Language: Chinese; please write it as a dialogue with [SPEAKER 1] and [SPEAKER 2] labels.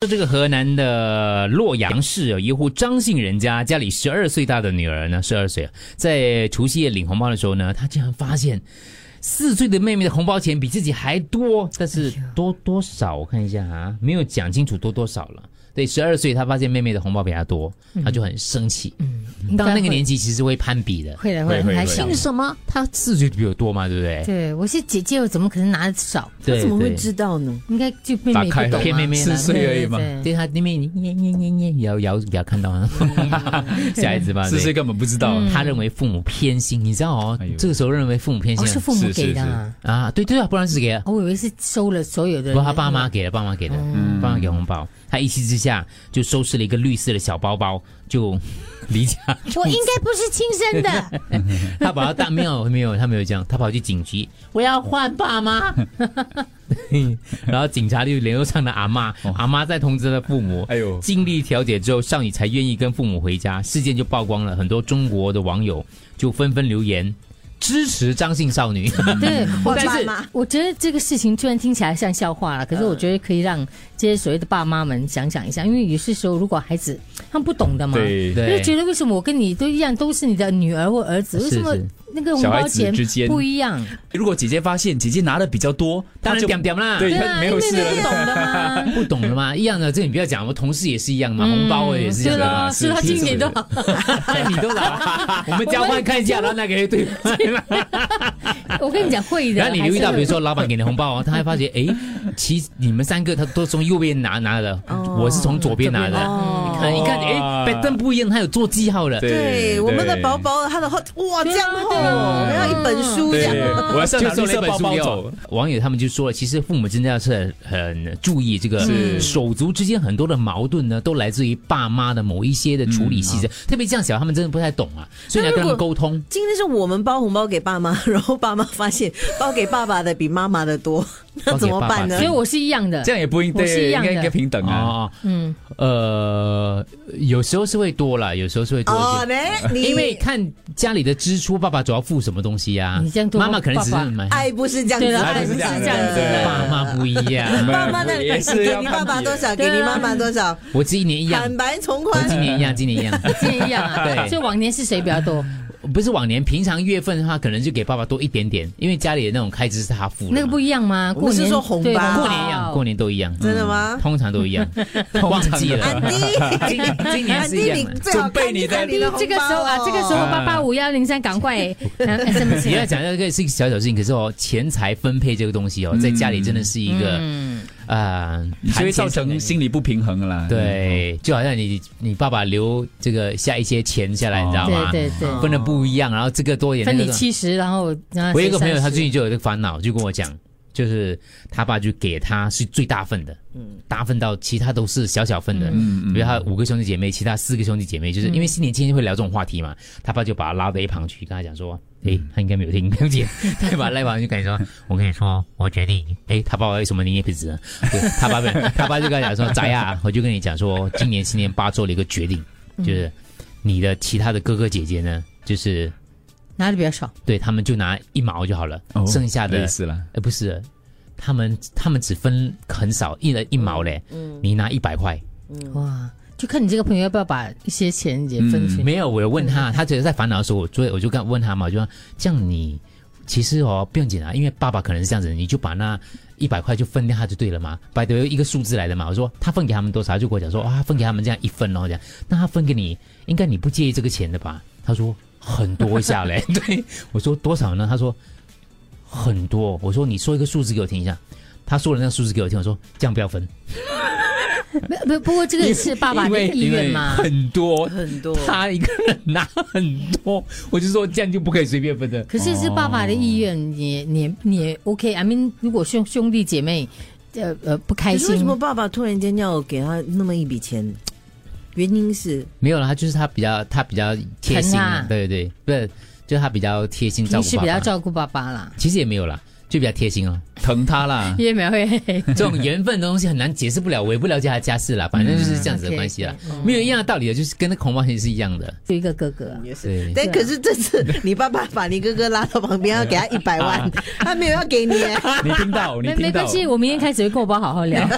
[SPEAKER 1] 这个河南的洛阳市有一户张姓人家，家里十二岁大的女儿呢，十二岁，啊在除夕夜领红包的时候呢，她竟然发现四岁的妹妹的红包钱比自己还多，但是
[SPEAKER 2] 哎
[SPEAKER 1] 多多少？我看一下啊，没有讲清楚多多少了。对，十二岁她发现妹妹的红包比她多，她就很生气。嗯，到那个年纪其实会攀比的，
[SPEAKER 3] 会的会的，
[SPEAKER 4] 会
[SPEAKER 3] 还
[SPEAKER 4] 会
[SPEAKER 3] 小
[SPEAKER 1] 凭。什么她四岁比我多嘛？对不对？
[SPEAKER 3] 对，我是姐姐，我怎么可能拿的少？
[SPEAKER 1] 对，
[SPEAKER 2] 怎么会
[SPEAKER 1] 对
[SPEAKER 2] 知道呢？
[SPEAKER 3] 应该就妹妹
[SPEAKER 4] 嗯打开
[SPEAKER 3] 不懂
[SPEAKER 1] 骗妹
[SPEAKER 3] 啊。
[SPEAKER 1] 妹啦
[SPEAKER 4] 四岁而已嘛，
[SPEAKER 3] 对对对
[SPEAKER 1] 对他那边耶耶耶耶摇摇摇看到 啊，小孩子吧，
[SPEAKER 4] 四岁
[SPEAKER 1] 对
[SPEAKER 4] 根本不知
[SPEAKER 3] 嗯
[SPEAKER 4] 道。
[SPEAKER 1] 他认为父母偏心，你知道哦
[SPEAKER 4] 哎呦，
[SPEAKER 1] 这个时候认为父母偏
[SPEAKER 3] 哦，是
[SPEAKER 1] 心
[SPEAKER 3] 父母
[SPEAKER 4] 是
[SPEAKER 3] 给
[SPEAKER 4] 嗯是
[SPEAKER 3] 的啊，哦
[SPEAKER 1] 啊，啊对对啊，不然是给啊，
[SPEAKER 3] 我以为是收了所有的
[SPEAKER 1] 不
[SPEAKER 3] 人的。
[SPEAKER 1] 他爸妈给了，爸妈给
[SPEAKER 3] 哦
[SPEAKER 1] 的，爸妈给红包，他一气之下就收拾了一个绿色的小包包就 离家，
[SPEAKER 3] 我应该不是亲生 的，
[SPEAKER 1] 他跑到大没有没有他没有这样，他跑去警局，我要换爸妈。 然后警察就联络上了阿妈，阿妈再通知了父母，
[SPEAKER 4] 哦哎呦，
[SPEAKER 1] 经历调解之后，少女才愿意跟父母回家，事件就曝光了，很多中国的网友就纷纷留言支持张姓少女。
[SPEAKER 3] 对，我
[SPEAKER 1] 但是
[SPEAKER 2] 爸妈
[SPEAKER 3] 我觉得这个事情虽然听起来像笑话了，可是
[SPEAKER 4] 嗯
[SPEAKER 3] 我觉得可以让这些所谓的爸妈们想想一下，因为有些时候如果孩子他们不懂的嘛，
[SPEAKER 4] 对，
[SPEAKER 3] 就觉
[SPEAKER 1] 对，
[SPEAKER 3] 得为什么我跟你都一样，都是你的女儿或儿子，
[SPEAKER 1] 是
[SPEAKER 3] 为什么
[SPEAKER 1] 是
[SPEAKER 3] 那个红
[SPEAKER 4] 小孩
[SPEAKER 3] 包
[SPEAKER 4] 子
[SPEAKER 3] 钱
[SPEAKER 4] 之间
[SPEAKER 3] 不一样？
[SPEAKER 4] 如果姐姐发现姐姐拿的比较多，
[SPEAKER 1] 当
[SPEAKER 4] 她
[SPEAKER 1] 然
[SPEAKER 4] 就
[SPEAKER 1] 点点啦，
[SPEAKER 4] 对
[SPEAKER 3] 对
[SPEAKER 4] 他
[SPEAKER 3] 啊，
[SPEAKER 4] 没
[SPEAKER 3] 因
[SPEAKER 4] 有
[SPEAKER 3] 为
[SPEAKER 4] 事
[SPEAKER 3] 没
[SPEAKER 4] 了
[SPEAKER 3] 人懂的嘛。
[SPEAKER 1] 不懂了吗？一样的，这你不要讲，我同事也是一样嘛， 红包也是一
[SPEAKER 3] 对
[SPEAKER 1] 样的嘛
[SPEAKER 4] 啊
[SPEAKER 3] 了，，嗯是他啊
[SPEAKER 1] 是
[SPEAKER 3] 今年都
[SPEAKER 1] 那你都 拿，我们交换看一下，然后拿给对方。
[SPEAKER 3] 我跟你讲会的，
[SPEAKER 1] 然后你留意到，
[SPEAKER 3] 还
[SPEAKER 1] 比
[SPEAKER 3] 是
[SPEAKER 1] 如说老板给你红 包哦，他还发觉，诶，其实你们三个他都从右边拿拿的，我是从哦左边拿的。
[SPEAKER 2] 哦
[SPEAKER 1] 看一看，
[SPEAKER 4] 哇
[SPEAKER 1] 诶，摆凳不一样，他有做记号的。
[SPEAKER 2] 对，我们的薄。薄的，他的厚，哇，这样
[SPEAKER 3] 啊
[SPEAKER 2] 厚，然后一本书这
[SPEAKER 4] 对，
[SPEAKER 2] 样。
[SPEAKER 4] 我要上
[SPEAKER 1] 就
[SPEAKER 4] 拿绿
[SPEAKER 1] 收了一
[SPEAKER 4] 色
[SPEAKER 1] 本
[SPEAKER 4] 包
[SPEAKER 1] 书
[SPEAKER 4] 包
[SPEAKER 1] 给
[SPEAKER 4] 走
[SPEAKER 1] 我。。网友他们就说了，其实父母真的要是很呃注意这个
[SPEAKER 4] 是
[SPEAKER 1] 手足之间很多的矛盾呢，都来自于爸妈的某一些的处理细节，特别这样小，他们真的不太懂啊，所以你要跟他们沟通。
[SPEAKER 2] 今天是我们包红包给爸妈，然后爸妈发现包给爸爸的比妈妈的多， 那怎么办
[SPEAKER 1] 包
[SPEAKER 2] 呢
[SPEAKER 3] 所
[SPEAKER 1] 给
[SPEAKER 3] 以？我是一样的
[SPEAKER 4] 这。样也不应
[SPEAKER 3] 我是
[SPEAKER 4] 对，
[SPEAKER 3] 一
[SPEAKER 4] 应
[SPEAKER 3] 样的
[SPEAKER 4] 该应该平等啊。
[SPEAKER 1] 哦，
[SPEAKER 3] 嗯，
[SPEAKER 1] 呃，有时候是会多了，有时候是会多一
[SPEAKER 2] 哦
[SPEAKER 1] 些，，
[SPEAKER 2] 没，你
[SPEAKER 1] 因为看家里的支出，爸爸主要付什么东西呀、
[SPEAKER 3] 你这样多
[SPEAKER 1] 妈妈可能只
[SPEAKER 3] 爸
[SPEAKER 1] 是
[SPEAKER 3] 爸
[SPEAKER 1] 买，
[SPEAKER 2] 爱不是这样子的，
[SPEAKER 3] 对爱
[SPEAKER 4] 不是这样子的对
[SPEAKER 1] 爸妈不一样。
[SPEAKER 2] 爸妈的
[SPEAKER 4] 也是
[SPEAKER 2] 给
[SPEAKER 4] 要
[SPEAKER 2] 你
[SPEAKER 4] 攀
[SPEAKER 2] 爸
[SPEAKER 4] 比
[SPEAKER 2] 爸多少，给你妈妈多少，
[SPEAKER 1] 我这一年一样，
[SPEAKER 2] 坦白从
[SPEAKER 1] 我
[SPEAKER 2] 宽。
[SPEAKER 1] 今年一样，今年一样。
[SPEAKER 3] 今年一样啊。
[SPEAKER 1] 对
[SPEAKER 3] 所以往年是谁比较多？
[SPEAKER 1] 不是往年，平常月份的话，可能就给爸爸多一点点，因为家里的那种开支是他付的嘛。
[SPEAKER 3] 那个不一样吗？
[SPEAKER 2] 我
[SPEAKER 3] 过
[SPEAKER 2] 是
[SPEAKER 3] 年
[SPEAKER 2] 说红
[SPEAKER 3] 对哦
[SPEAKER 2] 包
[SPEAKER 1] 过年一样，过年都一样，
[SPEAKER 2] 真的吗
[SPEAKER 1] 嗯通常都一 样，忘记
[SPEAKER 2] 安
[SPEAKER 1] 了。
[SPEAKER 2] 迪，
[SPEAKER 1] 今今年
[SPEAKER 2] 安
[SPEAKER 1] 是一
[SPEAKER 2] 迪，
[SPEAKER 1] 样
[SPEAKER 2] 你
[SPEAKER 1] 的。
[SPEAKER 2] 最好看一看你的红包哦
[SPEAKER 3] 这个时候啊，这个时候八八五幺零三，赶快呃 SMS
[SPEAKER 1] 你要讲这个是一个小小事情，可是哦，钱财分配这个东西哦，在家里真的是一个
[SPEAKER 3] 嗯
[SPEAKER 1] 啊，
[SPEAKER 4] 你就
[SPEAKER 1] 谈
[SPEAKER 4] 会
[SPEAKER 1] 钱
[SPEAKER 4] 造
[SPEAKER 1] 上的
[SPEAKER 4] 成心理不平衡
[SPEAKER 3] 嗯
[SPEAKER 4] 啦。
[SPEAKER 1] 对，就好像你你爸爸留这个下一些钱下来，
[SPEAKER 4] 哦
[SPEAKER 1] 你知道吗？
[SPEAKER 3] 对对对
[SPEAKER 1] 分的不一样，然后这个多一点，
[SPEAKER 3] 分
[SPEAKER 1] 嗯那
[SPEAKER 3] 你
[SPEAKER 1] 个
[SPEAKER 3] 七十，然后然后
[SPEAKER 4] 啊
[SPEAKER 1] 我有一个朋友，他最
[SPEAKER 3] 己
[SPEAKER 1] 近就有这个烦恼，就跟我讲，就是他爸就给他是最大份的，大份到其他都是小小份的，
[SPEAKER 4] 嗯嗯嗯嗯
[SPEAKER 1] 比如他五个兄弟姐妹，其他四个兄弟姐妹，就是因为新年期间会聊这种话题嘛，他爸就把他拉到一旁去，跟他讲说。
[SPEAKER 4] 嗯
[SPEAKER 1] 诶，他应该没有听，对不 起，他就把他拉完就跟你说，我跟你说，我决定，诶，他爸爸为什么你也不知道？啊对他爸 爸，他爸就跟他讲说，仔啊，我就跟你讲说，今年新年爸做了一个决定，
[SPEAKER 4] 嗯
[SPEAKER 1] 就是你的其他的哥哥姐姐呢，就是
[SPEAKER 3] 拿的比较少，
[SPEAKER 1] 对他们就拿一毛就好了，
[SPEAKER 4] 哦
[SPEAKER 1] 剩下的
[SPEAKER 4] 类似啦。
[SPEAKER 1] 呃不是，他们他们只分很少，一人一毛嘞，你拿一百块。
[SPEAKER 3] 哇，就看你这个朋友要不要把一些钱也分出去。
[SPEAKER 1] 没有，我有问他，
[SPEAKER 3] 嗯
[SPEAKER 1] 他觉得在烦恼的时候，我所以我就跟问他嘛，我就说这样你其实哦不用紧啊，因为爸爸可能是这样子，你就把那一百块就分掉他就对了嘛，百得一个数字来的嘛。我说他分给他们多少，他就跟我讲说啊、他分给他们这样一份哦，这样，那他分给你，应该你不介意这个钱的吧？他说很多一 下嘞，对我说多少呢？他说很多，我说你说一个数字给我听一下。他说了那个数字给我听，我说这样不要分，
[SPEAKER 3] 不不，不过这个也是爸爸
[SPEAKER 1] 因
[SPEAKER 3] 的
[SPEAKER 1] 为
[SPEAKER 3] 意
[SPEAKER 1] 因
[SPEAKER 3] 愿
[SPEAKER 1] 为
[SPEAKER 3] 嘛。
[SPEAKER 1] 很多
[SPEAKER 2] 很多
[SPEAKER 1] 他一个人拿很多，我就说这样就不可以随便分的。哦
[SPEAKER 3] 可是是爸爸的意愿，你你你也 OK。I mean，如果兄兄弟姐妹，呃呃不开
[SPEAKER 2] 可是为什
[SPEAKER 3] 心
[SPEAKER 2] 么，爸爸突然间要给他那么一笔钱？原因是
[SPEAKER 1] 没有了，他就是他比较他比较贴心、
[SPEAKER 3] 疼啊
[SPEAKER 1] 对对对，不是，就是他比较贴心照顾
[SPEAKER 3] 平
[SPEAKER 1] 爸
[SPEAKER 3] 时
[SPEAKER 1] 爸。
[SPEAKER 3] 比较照顾爸爸啦。
[SPEAKER 1] 其实也没有啦，就比较贴 心哦。
[SPEAKER 4] 疼他啦。
[SPEAKER 3] 叶苗会
[SPEAKER 1] 这种缘分的东西很难解释不了，我也不了解他的家世啦，反正就是这样子的
[SPEAKER 3] 嗯
[SPEAKER 1] 关 系啦
[SPEAKER 3] OK，OK，，
[SPEAKER 1] 没有一样的道理的，就是跟那恐慌型是一样的。
[SPEAKER 3] 有一个哥哥啊，
[SPEAKER 2] 也是
[SPEAKER 1] 对，
[SPEAKER 2] 但可是这次你爸爸把你哥哥拉到旁边，要给他一百万，他没有要给你耶，
[SPEAKER 4] 你听到，你
[SPEAKER 3] 没
[SPEAKER 4] 听
[SPEAKER 3] 没
[SPEAKER 4] 到
[SPEAKER 3] 关。系，我明天开始会跟我爸好好聊。